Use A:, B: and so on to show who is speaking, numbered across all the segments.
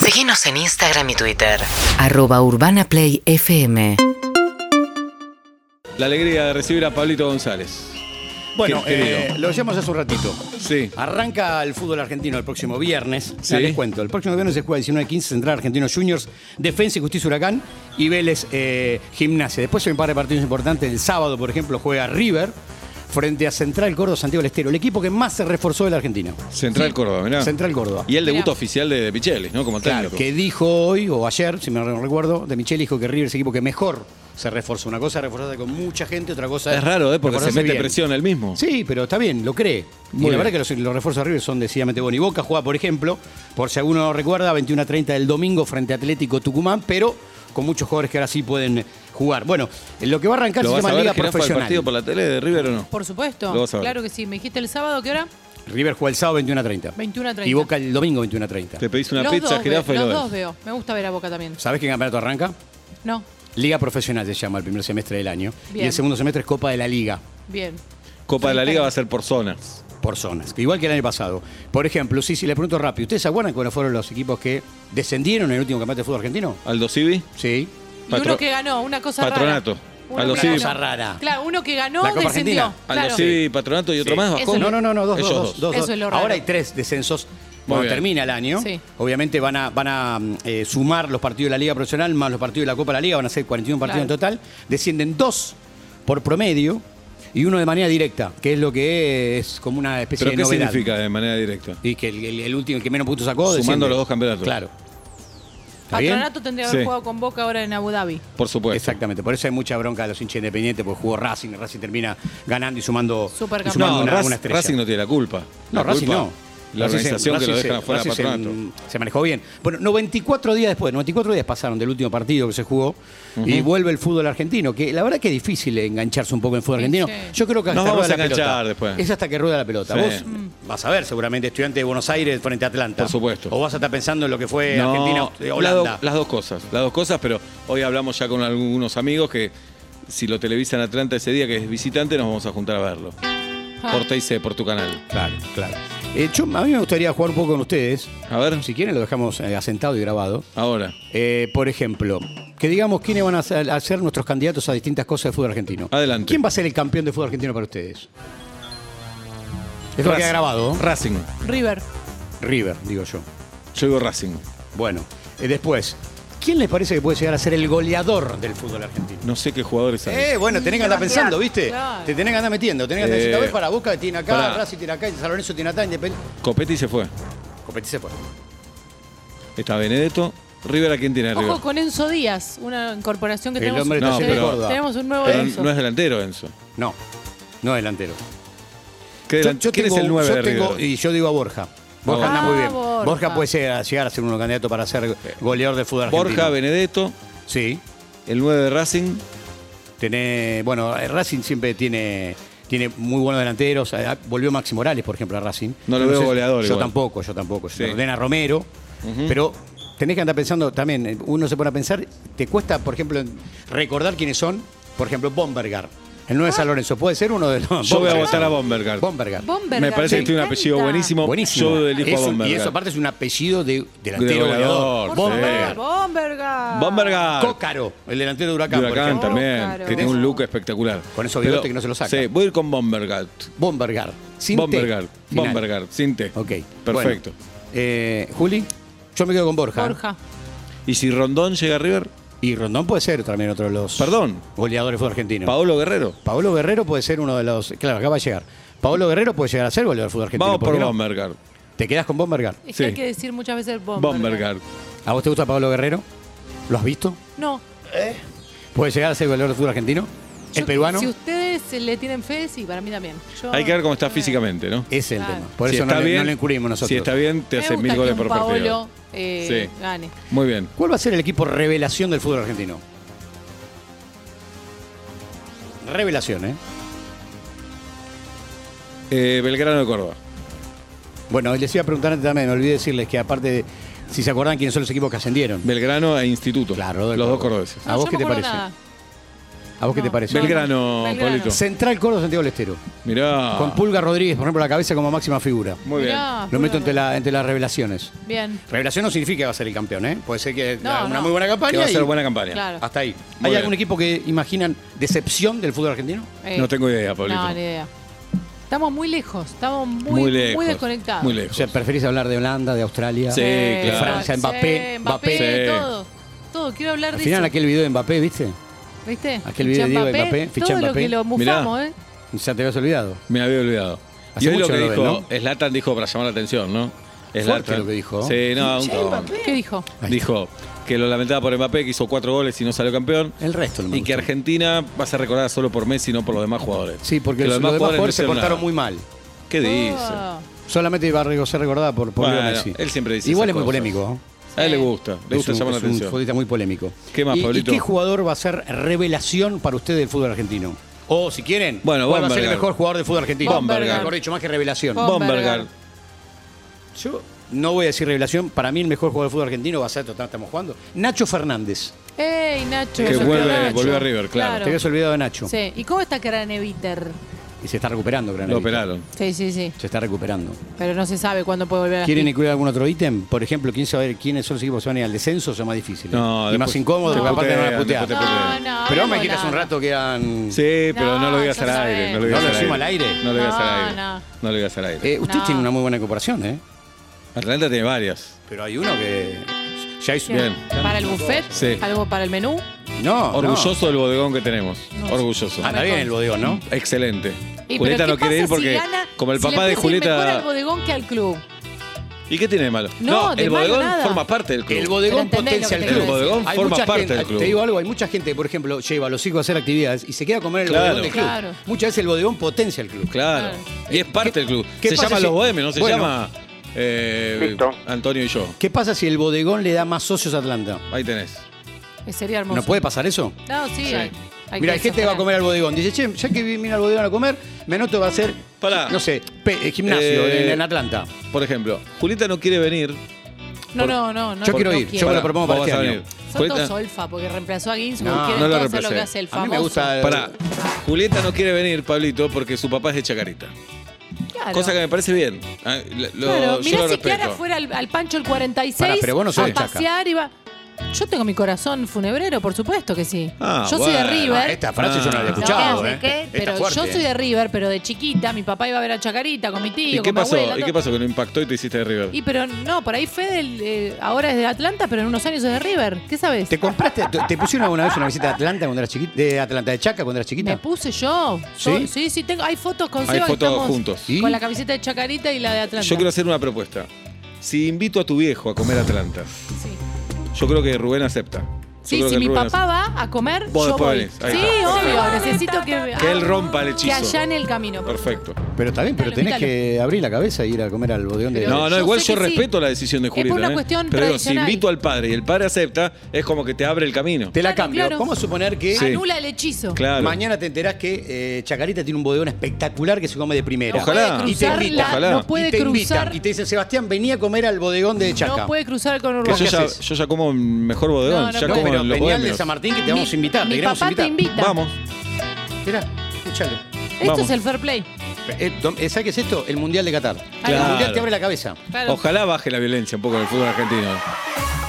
A: Seguinos en Instagram y Twitter.
B: arroba urbanaplayfm
C: La alegría de recibir a Pablito González.
D: Bueno,
C: ¿Qué- qué
D: eh, lo decíamos hace un ratito.
C: Sí.
D: Arranca el fútbol argentino el próximo viernes. Ya
C: Sí.
D: les cuento. El próximo viernes se juega 19-15 Central Argentino Juniors, Defensa y Justicia Huracán y Vélez eh, Gimnasia. Después hay un par de partidos importantes. El sábado, por ejemplo, juega River frente a Central Córdoba Santiago del Estero, el equipo que más se reforzó de la Argentina.
C: Central Córdoba, mirá.
D: Central Córdoba.
C: Ah. Y el debut oficial de, de Pichelis, ¿no? Como
D: Claro,
C: técnico.
D: que dijo hoy o ayer, si me no recuerdo, de Michel dijo que River es el equipo que mejor se reforzó. Una cosa es reforzarse con mucha gente, otra cosa es.
C: Es raro, ¿eh? Porque se
D: reforzarse
C: mete
D: bien.
C: presión él mismo.
D: Sí, pero está bien, lo cree.
C: Muy
D: y la
C: bien.
D: verdad que los, los refuerzos de River son decididamente buenos. Y Boca juega, por ejemplo, por si alguno no recuerda, 21 a 30 del domingo frente a Atlético Tucumán, pero con muchos jugadores que ahora sí pueden jugar. Bueno, lo que va a arrancar
C: ¿Lo
D: se
C: vas
D: llama
C: a ver
D: Liga
C: Jirafa, el
D: Profesional.
C: partido por la tele de River o no?
E: Por supuesto.
C: Lo vas a ver.
E: claro que sí. Me dijiste el sábado, ¿qué hora?
D: River juega el sábado 21 a 30.
E: 21 a 30.
D: Y Boca el domingo 21 a 30.
C: Te pedís una
E: los
C: pizza,
E: dos,
C: Jirafa y
E: veo,
C: lo
E: Los
C: ves.
E: dos veo. Me gusta ver a Boca también.
D: ¿Sabés qué campeonato arranca?
E: No,
D: Liga Profesional se llama el primer semestre del año.
E: Bien.
D: Y el segundo semestre es Copa de la Liga.
E: bien.
C: Copa de la
E: Sí,
C: Liga
E: pero-
C: va a ser por zonas.
D: por zonas, igual que el año pasado. Por ejemplo, sí, sí, le pregunto rápido, ¿ustedes se acuerdan cuáles fueron los equipos que descendieron en el último campeonato de fútbol argentino?
C: Aldo Civi,
D: Sí.
E: Y
C: Patro-
E: uno que ganó, una cosa
C: Patronato.
E: rara. Uno
C: A los
E: que ganó.
C: Ibis. Cosa
D: rara.
E: Claro, uno que ganó
D: La Copa
E: descendió.
D: Argentina.
C: Aldo
E: Claro.
C: Civi, Patronato y otro
E: Sí.
C: más,
E: Eso
C: Bajón.
D: No, no, no, no, dos,
C: Ellos
D: dos, dos,
C: dos.
D: dos,
E: Eso
D: dos.
E: es lo raro.
D: Ahora hay tres descensos. Cuando
C: bien.
D: termina el año,
E: Sí.
D: obviamente van a, van a mm, eh, sumar los partidos de la Liga Profesional más los partidos de la Copa de la Liga, van a ser 41 partidos
E: Claro.
D: en total. Descienden dos por promedio y uno de manera directa, que es lo que es como una especie
C: ¿Pero
D: de
C: qué
D: novedad.
C: significa de manera directa?
D: Y que el, el- el último, el que menos puntos sacó,
C: Sumando
D: desciende.
C: los dos campeonatos.
D: Claro. ¿Está bien?
E: Patronato tendría que haber
C: Sí.
E: jugado con Boca ahora en Abu Dhabi.
C: Por supuesto.
D: Exactamente, por eso hay mucha bronca de los hinchas independientes, porque jugó Racing, Racing termina ganando y sumando, y
E: Supercampeón.
D: sumando
C: No,
D: una,
C: Raz-
D: una estrella.
C: Racing no tiene la culpa.
D: No,
C: La
D: Racing
C: culpa,
D: no.
C: La
D: Racing se-
C: organización que lo
D: Racing
C: dejan
D: se-
C: afuera a
D: Racing
C: Patronato.
D: Se, se manejó bien. Bueno, 94 días después, 94 días pasaron del último partido que se jugó y vuelve el fútbol argentino, que la verdad que es difícil engancharse un poco en el fútbol
E: Sí,
D: argentino.
E: sí.
D: Yo creo que hasta
C: Nos vamos
D: rueda
C: a
D: la
C: enganchar
D: pelota.
C: después.
D: Es hasta que rueda la pelota.
C: Sí.
D: Vos mm, vas a ver seguramente estudiante de Buenos Aires frente a Atlanta.
C: Por supuesto.
D: O vas a estar pensando en lo que fue
C: No,
D: Argentina, eh,
C: las
D: Holanda.
C: do- las dos cosas, las dos cosas, pero hoy hablamos ya con algunos amigos que si lo televisan Atlanta ese día que es visitante nos vamos a juntar a verlo.
E: Ah.
C: Por TIC, por tu canal.
D: Claro, claro. Eh, yo- a mí me gustaría jugar un poco con ustedes.
C: A ver,
D: Si quieren lo dejamos eh, asentado y grabado.
C: ahora.
D: Eh, por ejemplo, que digamos quiénes van a ser, a ser nuestros candidatos a distintas cosas de fútbol argentino.
C: Adelante.
D: ¿Quién va a ser el campeón de fútbol argentino para ustedes? Es lo que ha
C: Racing.
D: grabado. ¿no?
C: Racing.
E: River.
D: River, digo yo.
C: Yo digo Racing.
D: Bueno, eh, después, ¿quién les parece que puede llegar a ser el goleador del fútbol argentino?
C: No sé qué jugadores hay.
D: Eh, bueno, tenés que andar pensando, ¿viste?
E: Claro.
D: Te tenés que andar metiendo, tenés que andar diciendo,
C: Eh,
D: a ver, para Boca tiene acá,
C: pará.
D: Racing tiene acá, San Lorenzo tiene acá, Independiente.
C: Copetti se fue.
D: Competí se fue.
C: Está Benedetto. River, ¿a quién tiene River?
E: Ojo con Enzo Díaz, una incorporación que
D: El
E: tenemos.
D: hombre
C: del No, taller de
E: tenemos-
D: Córdoba.
E: Tenemos un nuevo
C: Pero
E: Enzo.
C: no es delantero, Enzo.
D: No, no delantero.
C: ¿Qué
D: Yo-
C: delan-
D: yo
C: ¿Quién
D: tengo-
C: es el 9
D: yo
C: de
D: tengo-
C: River?
D: Y yo digo a Borja. Borja
C: Ah,
D: anda muy bien.
E: Borja.
D: Borja, puede ser- llegar a ser uno candidato para ser goleador de fútbol argentino.
C: Borja, Benedetto,
D: Sí.
C: el 9 de Racing.
D: Tiene, bueno, eh, Racing siempre tiene, tiene muy buenos delanteros. Eh, Volvió Maxi Morales, por ejemplo, a Racing.
C: No lo
D: Yo
C: veo
D: sé-
C: goleador
D: Yo
C: igual.
D: tampoco, yo tampoco.
C: Sí.
D: Se lo ordena Romero. Pero tenés que andar pensando también. eh, Uno se pone a pensar, te cuesta, por ejemplo, en- recordar quiénes son. Por ejemplo, Bombergar. El 9 de San Lorenzo. Puede ser uno de los.
C: Yo voy a votar a Bombergar.
D: Ah. Bombergar.
C: Me
E: Bombergar,
C: parece que
E: me
C: tiene un
E: encanta.
C: apellido buenísimo.
D: Buenísimo.
C: Yo elijo
D: Eso-
C: a
D: y
C: Bombergar.
D: eso aparte es un apellido de delantero
C: goleador,
D: goleador.
E: Por
C: sí.
D: Bombergar.
E: favor, Bombergar.
C: Bombergar.
D: Cócaro, el delantero de Huracán.
C: De
D: por
C: Huracán
D: ejemplo.
C: también,
E: Oh, Claro.
C: que tiene un look espectacular.
D: Con esos
C: Pero-
D: bigotes que no se los saca.
C: Sí, voy a ir con Bombergat.
D: Bombergar. Sin T.
C: Bombergar,
D: Final.
C: Bombergar, sin T.
D: Ok.
C: Perfecto.
D: Bueno, eh, Juli, yo me quedo con Borja.
E: Borja.
C: ¿Y si Rondón llega a River?
D: Y Rondón puede ser también otro de los
C: Perdón.
D: goleadores fue argentino.
C: Paolo Guerrero.
D: Paolo Guerrero puede ser uno de los. Claro, acá va a llegar. Paolo Guerrero puede llegar a ser goleador del fútbol argentino.
C: Vamos por
D: qué no?
C: Bombergar.
D: ¿Te quedas con Bombergar?
E: Es
C: Sí.
E: que hay que decir muchas veces Bombergar.
C: Bombergar.
D: ¿A vos te gusta Paolo Guerrero? ¿Lo has visto?
E: No.
D: ¿Puede llegar a ser goleador del fútbol argentino? ¿El
E: Yo-
D: peruano?
E: Si ustedes eh, le tienen fe, sí, para mí también. Yo- eh,
C: Hay que ver cómo está físicamente, ¿no?
D: Ese es el
E: Claro.
D: tema. Eh, Por
C: Si
D: eso no,
C: está
D: le, no
C: bien-
D: le encubrimos nosotros.
C: Si está bien, te
E: Me
C: hace
E: gusta
C: mil goles
E: que un
C: por
E: Paolo
C: partido.
E: eh,
C: Sí.
E: gane.
C: Muy bien.
D: ¿Cuál va a ser el equipo revelación del fútbol argentino? Revelación, ¿eh?
C: Eh, Belgrano de Córdoba.
D: Bueno, les iba a preguntar antes también, me olvidé decirles que aparte, de- si se acuerdan quiénes son los equipos que ascendieron.
C: Belgrano e Instituto.
D: Claro,
C: Los
D: del
C: dos
D: Córdoba.
C: cordobeses.
D: ¿A
E: No,
D: vos
E: yo
D: qué
E: no
D: te
E: me acuerdo
D: parece?
E: nada.
D: ¿A vos qué te parece?
E: yo-
C: Belgrano, Pablito.
D: Central Córdoba Santiago del Estero.
C: Mirá.
D: Con Pulga Rodríguez, por ejemplo, a la cabeza como máxima figura.
C: Muy bien.
E: Mirá. Ah,
D: Lo
E: Pulga
D: meto entre, la- entre las revelaciones.
E: Bien,
D: Revelación no significa que va a ser el campeón, ¿eh? Puede ser que
E: No,
D: haga una
E: no.
D: muy buena
C: Que
D: campaña.
C: va a ser
D: y-
C: buena campaña.
E: Claro.
D: Hasta ahí.
C: Muy
D: ¿Hay
C: bien.
D: algún equipo que imaginan decepción del fútbol argentino?
E: eh.
C: No tengo idea, Pablito.
E: No, ni idea. Estamos muy lejos, estamos muy,
C: muy
E: muy,
C: lejos.
E: desconectados.
C: Muy
D: O
C: lejos.
D: sea, ¿preferís hablar de Holanda, de Australia?
C: Sí,
E: Eh,
C: claro.
E: no,
D: Francia,
E: sí,
D: Mbappé,
C: Mbappé.
E: Mbappé, todo. Todo, quiero hablar
D: Al
E: de
D: final
E: eso.
D: aquel video de Mbappé, ¿viste?
E: ¿Viste?
D: aquel video de
E: Ficha
D: Diego de Mbappé, ficha
E: todo lo
D: Mbappé.
E: que lo
C: Mirá.
E: mufamos, ¿eh?
D: Ya te habías olvidado.
C: Me había olvidado.
D: Hace
C: y hoy lo
D: mucho
C: que
D: no lo
C: dijo,
D: ves,
C: Zlatan dijo para llamar la atención, ¿no? Zlatan.
D: lo que dijo.
C: Sí, no, un cagón.
E: ¿Qué dijo?
C: Dijo que lo lamentaba por Mbappé, que hizo cuatro goles y no salió campeón.
D: El resto no me
C: Y que
D: gustó.
C: Argentina va a ser recordada solo por Messi, no por los demás jugadores.
D: Sí, porque
C: Que
D: los, los demás jugadores se
C: no hicieron
D: portaron
C: nada.
D: muy mal.
C: ¿Qué dice?
E: Oh,
D: Solamente iba a ser recordada por, por
C: Bueno,
D: Leo Messi.
C: él siempre dice
D: Igual es
C: esas
D: muy
C: cosas.
D: polémico. ¿no?
C: A él le gusta, le gusta
D: es un,
C: llamar la
D: es un
C: atención.
D: futbolista muy polémico.
C: ¿Qué más,
D: ¿Y, y
C: Pablito?
D: qué jugador va a ser revelación para ustedes del fútbol argentino? O, si quieren,
C: Bueno,
D: ¿cuál va a ser el
C: Bamberger.
D: mejor jugador del fútbol argentino?
C: Bamberger.
D: Mejor dicho, más que revelación.
E: Bom-
C: Bomberger.
E: Bomberger.
D: Yo no voy a decir revelación. Para mí, el mejor jugador del fútbol argentino va a ser, total, estamos jugando, Nacho Fernández.
E: ¡Ey, Nacho!
C: Que
E: Nacho,
C: vuelve-
E: Nacho.
C: volvió a River, claro.
D: Te habías olvidado de Nacho.
E: Sí. ¿Y cómo está Craneviter?
D: Y se está recuperando, Granadita.
C: Lo operaron.
E: Sí, sí, sí.
D: Se está recuperando.
E: Pero no se sabe cuándo puede volver a
D: ¿Quieren incluir algún otro ítem? Por ejemplo, ¿quién sabe quiénes son los equipos que van a ir al descenso? Eso es más difícil. ¿eh?
C: No,
D: y
C: después
D: más incómodo,
C: te
D: porque aparte no van a
C: putean,
D: putear.
C: después te
E: No, no.
D: Pero vos me
E: hablemos
D: quitas un
E: nada.
D: rato que eran...
C: Sí, pero no,
E: No,
C: lo digas
E: yo
C: al
E: sé.
C: aire. No lo
E: ¿No
C: digas
D: lo
C: al
D: decimos
C: aire.
D: al aire?
C: No lo digas al
E: No,
C: aire.
E: no.
C: No lo digas al aire.
D: Eh, usted
E: No.
D: tiene una muy buena comparación, ¿eh?
C: Atlanta tiene varias.
D: Pero hay uno que... Ya hizo...
C: Bien.
E: ¿Para el buffet?
C: Sí.
E: ¿Algo para el menú?
D: No,
C: Orgulloso del bodegón que tenemos.
E: No.
C: Orgulloso.
D: no. Anda bien el bodegón, ¿no?
C: Excelente.
E: Mm. Y,
C: Julieta
E: pero,
C: no
E: ¿qué
C: quiere
E: pasa
C: ir porque,
E: si gana-
C: como el
E: si le
C: papá de
E: pusiesen mejor al
C: Julieta.
E: bodegón que al club.
C: ¿Y qué tiene de malo?
E: No, de
C: el
E: malo
C: bodegón
E: nada.
C: forma parte del club.
D: El bodegón
E: Pero entendés
D: potencia
E: lo
D: el
E: que
D: club.
E: te quiero
C: El bodegón
D: Hay
C: forma
D: mucha
C: parte
D: gente-
C: del club.
D: Te digo algo, hay mucha gente que, por ejemplo, lleva a los hijos a hacer actividades y se queda a comer en el
C: Claro.
D: bodegón del club.
E: Claro.
D: Muchas veces el bodegón potencia el club.
C: Claro. Y es parte
D: Ah. ¿Qué-
C: del club.
D: qué
C: Se
D: pasa
C: llama
D: si-
C: Los Bohemios, no se
D: Bueno.
C: llama eh,
F: Listo.
C: Antonio y yo.
D: ¿Qué pasa si el bodegón le da más socios a Atlanta?
C: Ahí tenés.
E: Eh, Sería hermoso.
D: ¿No puede pasar eso?
E: No, sí. Hay, hay
D: Mira, hay
E: que
D: gente que va a
E: desafiar.
D: comer al bodegón. Dice, che, ya que vine al bodegón a comer, me anoto va a ser,
C: Pará.
D: no sé, pe- eh, gimnasio
C: Eh,
D: en, en Atlanta.
C: Por ejemplo, Julieta no quiere venir.
E: No, no, no. no
D: Yo
E: no
D: quiero ir, yo
E: quiero.
D: me lo propongo
C: vos
D: para
C: vas
D: este
C: a
D: año.
C: venir.
E: Son
C: Julieta-
E: todos olfa porque reemplazó a Ginsburg.
D: No,
E: quieren
C: no lo
E: todo hacer lo que
C: reemplacé.
E: hace el
D: A
E: famoso.
D: mí me gusta... el-
C: Pará. Julieta no quiere venir, Pablito, porque su papá es de Chacarita.
E: Claro.
C: Cosa que me parece bien. Ah, lo-
E: Claro,
C: yo
E: mirá
C: lo
E: si
C: respeto.
E: Kiara fuera al, al Pancho el 46
D: Pará, pero vos no sos
E: a
D: de Chaca.
E: pasear y va... Yo tengo mi corazón funebrero, por supuesto que sí.
C: Ah,
E: yo soy de
C: bueno,
E: River.
D: Esta frase yo no la había
C: No,
D: escuchado,
E: ¿qué?
D: ¿eh?
E: ¿Qué?
D: Está
E: Pero
D: fuerte,
E: yo
D: ¿eh?
E: soy de River, pero de chiquita. Mi papá iba a ver a Chacarita con mi tío,
C: ¿Y
E: con
C: qué
E: mi abuela.
C: pasó? ¿Y
E: todo.
C: qué pasó que no impactó y te hiciste de River?
E: Y pero no, por ahí Fede eh, ahora es de Atlanta, pero en unos años es de River. ¿Qué sabes?
D: ¿Te compraste, te- te pusieron alguna vez una visita de Atlanta cuando eras chiquita? De Atlanta, de Chaca cuando eras chiquita.
E: Me puse yo. So-
D: ¿Sí?
E: sí, sí, tengo. Hay fotos con
C: Hay
E: Seba que
C: fotos
E: estamos
C: juntos.
D: ¿Y?
E: Con la camiseta de Chacarita y la de Atlanta.
C: Yo quiero hacer una propuesta. Si invito a tu viejo a comer Atlanta,
E: Sí.
C: yo creo que Rubén acepta. Yo
E: Sí,
C: creo
E: si
C: que
E: mi
C: Rubén
E: papá va a comer,
C: Vos
E: yo
C: después
E: voy.
C: venís, ahí
E: Sí,
C: está.
E: obvio, necesito que,
C: acepta. Que él rompa el
E: que
C: hechizo.
E: allane el camino.
C: Perfecto.
D: Pero está bien, pero
E: Invítalo,
D: tenés
E: invítalo.
D: que abrir la cabeza e ir a comer al bodegón de...
E: Pero-
C: No, no,
E: yo
C: igual
E: sé
C: yo
E: que sí.
C: respeto la decisión de
E: Es
C: Julieta.
E: por una
C: ¿eh?
E: cuestión
C: Pero digo, si
E: tradicional.
C: invito al padre y el padre acepta, es como que te abre el camino.
D: Te la
E: Claro,
D: cambio.
E: claro.
D: Vamos a suponer que...
C: Sí.
E: Anula el hechizo.
C: Claro.
D: Mañana te enterás que eh, Chacarita tiene un bodegón espectacular que se come de primera.
E: No
C: Ojalá.
E: puede
D: Y te
E: cruzarla,
D: invitan.
C: Ojalá.
E: No puede
D: y te
E: cruzar.
D: invitan y te dicen, Sebastián, venía a comer al bodegón de Chaca.
E: No puede cruzar con
C: Que yo,
E: Uruguay.
D: ¿Qué
C: ya,
D: haces?
C: yo ya como en mejor bodegón,
E: No, no,
C: ya
E: no,
C: como en
D: pero
C: los
D: vení al de
C: bohemios.
D: San Martín que te vamos a invitar. te
E: Ah, Mi
D: queremos
E: papá te
D: invitar.
E: invita.
C: Vamos.
D: Esperá, escuchalo.
E: Esto
C: vamos.
E: es el fair play.
D: Eh, dom- eh, ¿Sabes qué es esto? El Mundial de Qatar.
C: Claro.
D: El Mundial te abre la cabeza.
E: Claro.
C: Ojalá baje la violencia un poco en el fútbol argentino.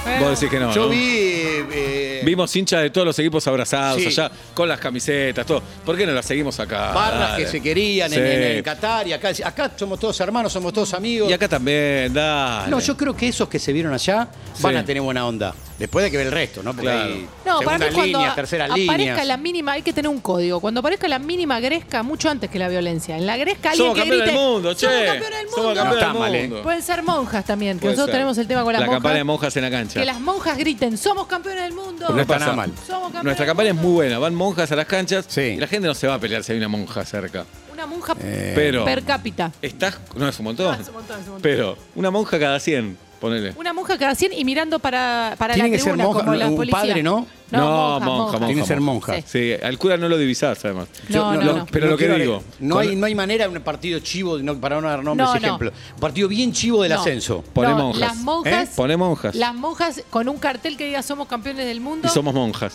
E: Bueno.
C: Vos decís que no.
D: Yo
C: ¿no?
D: vi... eh, eh,
C: Vimos hinchas de todos los equipos abrazados
D: Sí.
C: allá, con las camisetas, todo. ¿Por qué no las seguimos acá?
D: Barras
C: Dale.
D: que se querían en,
C: Sí.
D: en- en Qatar y acá. Acá somos todos hermanos, somos todos amigos.
C: Y acá también, dale.
D: No, yo creo que esos que se vieron allá van
C: Ah, Sí.
D: a tener buena onda. Después de que ver el resto, ¿no? Porque
C: Claro.
D: hay
E: No, para mí
D: segundas
E: cuando
D: líneas,
E: a-
D: terceras
E: aparezca
D: líneas.
E: la mínima, hay que tener un código. Cuando aparezca la mínima gresca, mucho antes que la violencia. En la gresca alguien
C: Somos
E: que
C: campeones
E: grite,
C: del mundo, che.
E: Somos campeones del
C: Somos
E: mundo.
C: campeones
D: No
C: del
D: está mal, ¿eh?
C: mundo.
E: Pueden ser monjas también, que
C: Puede
E: nosotros
C: ser.
E: tenemos el tema con las
C: La
E: monjas.
C: campaña de monjas en la cancha.
E: Que las monjas griten, somos campeones del mundo.
D: No está
C: pasa.
D: nada mal.
E: Somos campeones
C: Nuestra
E: del
C: campaña es
E: mundo.
C: muy buena. Van monjas a las canchas
D: Sí. Eh.
C: y la gente no se va a pelear si hay una monja cerca.
E: Una monja
C: Pero-
E: per cápita.
C: Estás. No, es un montón.
E: No, es un montón, es un montón.
C: Pero una monja cada 100, ponele.
E: Una monja cada 100 y mirando para, para
D: Tiene
E: la
D: que ser
E: tribuna
D: monja,
E: como la
D: un
E: policía.
D: padre, ¿no?
E: No,
C: No,
E: monja,
C: monja,
E: monja.
C: monja.
D: Tiene que ser monja.
E: Sí.
C: Sí, al cura no lo divisás, además.
E: No, no,
C: lo-
E: no.
C: Pero lo que
D: quiero
C: digo.
D: agregar- No,
C: con-
D: hay, no hay manera de un partido chivo, no, para no dar nombres
E: No,
D: y
E: no.
D: ejemplo. Un partido bien chivo del
E: No.
D: ascenso.
C: Poné
E: No,
C: monjas.
E: Las monjas,
C: ¿Eh? Poné monjas.
E: Las monjas con un cartel que diga somos campeones del mundo.
C: Y somos monjas.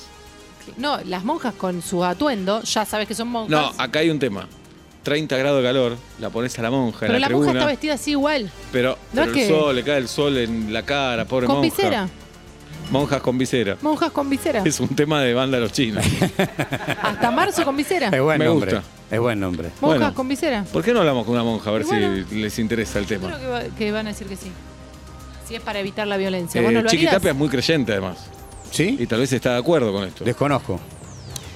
E: No, las monjas con su atuendo, ya sabes que son monjas.
C: No, acá hay un tema. 30 grados de calor, la pones a la monja
E: pero
C: ah, en la,
E: la monja
C: tribuna.
E: está vestida así igual,
C: pero
E: No
C: pero
E: es que-
C: el sol, le cae el sol en la cara, pobre
E: con
C: monja.
E: visera.
C: Monjas con visera.
E: Monjas con visera.
C: Es un tema de banda los chinos.
E: Hasta marzo con visera.
D: Es buen
C: Me
D: nombre.
C: gusta.
D: Es buen nombre.
E: Monjas
C: Bueno.
E: con visera.
C: ¿Por qué no hablamos con una monja a ver
E: Y bueno,
C: si les interesa el tema?
E: Creo que, va- que van a decir que sí. Si es para evitar la violencia.
C: Eh,
E: ¿Vos no lo
C: Chiqui
E: harías?
C: Tapia es muy creyente además. Y
D: ¿Sí?
C: tal vez está de acuerdo con esto.
D: Desconozco.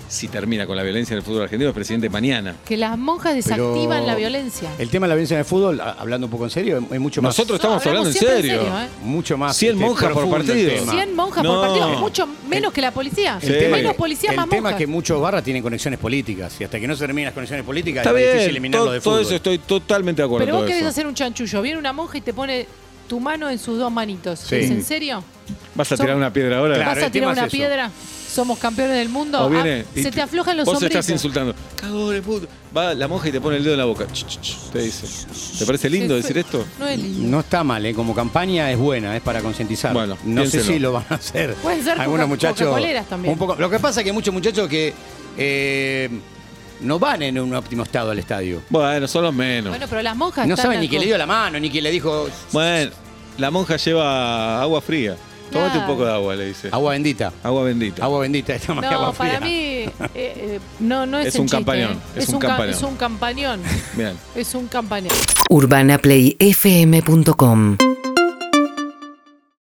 C: Si termina con la violencia en el fútbol argentino, el presidente mañana.
E: Que las monjas
D: Pero
E: desactivan la violencia.
D: El tema de la violencia en el fútbol, a- hablando un poco en serio, es- es mucho más.
C: Nosotros estamos
E: No,
C: hablando en
E: hablamos siempre
C: serio.
E: en serio, ¿eh?
D: Mucho más. este,
C: 100 monjas por
D: profundo el
C: partido.
D: tema.
E: 100 monjas
C: No.
E: por partido, mucho menos que la policía.
C: El tema
E: menos
C: que-
E: policía,
D: el
E: más
D: tema
E: monjas.
D: es que muchos barras tienen conexiones políticas y hasta que no se terminen las conexiones políticas
C: Está
D: es
C: bien,
D: difícil eliminarlo
C: todo,
D: de
C: todo
D: fútbol.
C: eso estoy totalmente de acuerdo.
E: Pero vos
C: todo
E: querés
C: eso.
E: hacer un chanchullo. Viene una monja y te pone tu mano en sus dos manitos.
D: Sí.
E: ¿Es en serio?
C: ¿Vas a tirar
E: Son-
C: una piedra ahora?
D: Claro,
E: ¿Vas a
D: el
E: tirar
D: tema
E: una
D: es eso.
E: piedra? Somos campeones del mundo.
C: O viene
E: Ah,
C: y
E: se te aflojan los
C: Vos
E: sombreros.
C: estás insultando. Cagón de puto. Va la monja y te pone el dedo en la boca. Ch, ch, ch, Te dice. ¿Te parece lindo decir esto?
E: No es lindo.
D: No está mal, ¿eh? como campaña es buena, es para concientizar.
C: Bueno,
D: no sé
C: piénselo.
D: si lo van a hacer.
E: Pueden ser
D: algunos
E: coca-
D: muchachos.
E: coca-coleras también.
D: Un poco, lo que pasa es que hay muchos muchachos que eh, no van en un óptimo estado al estadio.
C: Bueno, son los menos.
E: Bueno, pero las monjas
D: No
E: Ah, están
D: saben ni
E: al-
D: que le dio la mano, ni que le dijo
C: Bueno, la monja lleva agua fría. Tómate un
E: Claro.
C: poco de agua, le dice.
D: agua bendita.
C: Agua bendita.
D: Agua bendita, esta
E: No,
D: más que agua
E: para
D: fría.
E: mí eh, eh, no, no es,
C: Es
E: en
C: un
E: chiste,
C: campañón,
E: eh.
C: es un
E: ca-
C: campañón.
E: Es un campañón.
C: Bien.
E: Es un campañón.
B: urbanaplayfm.com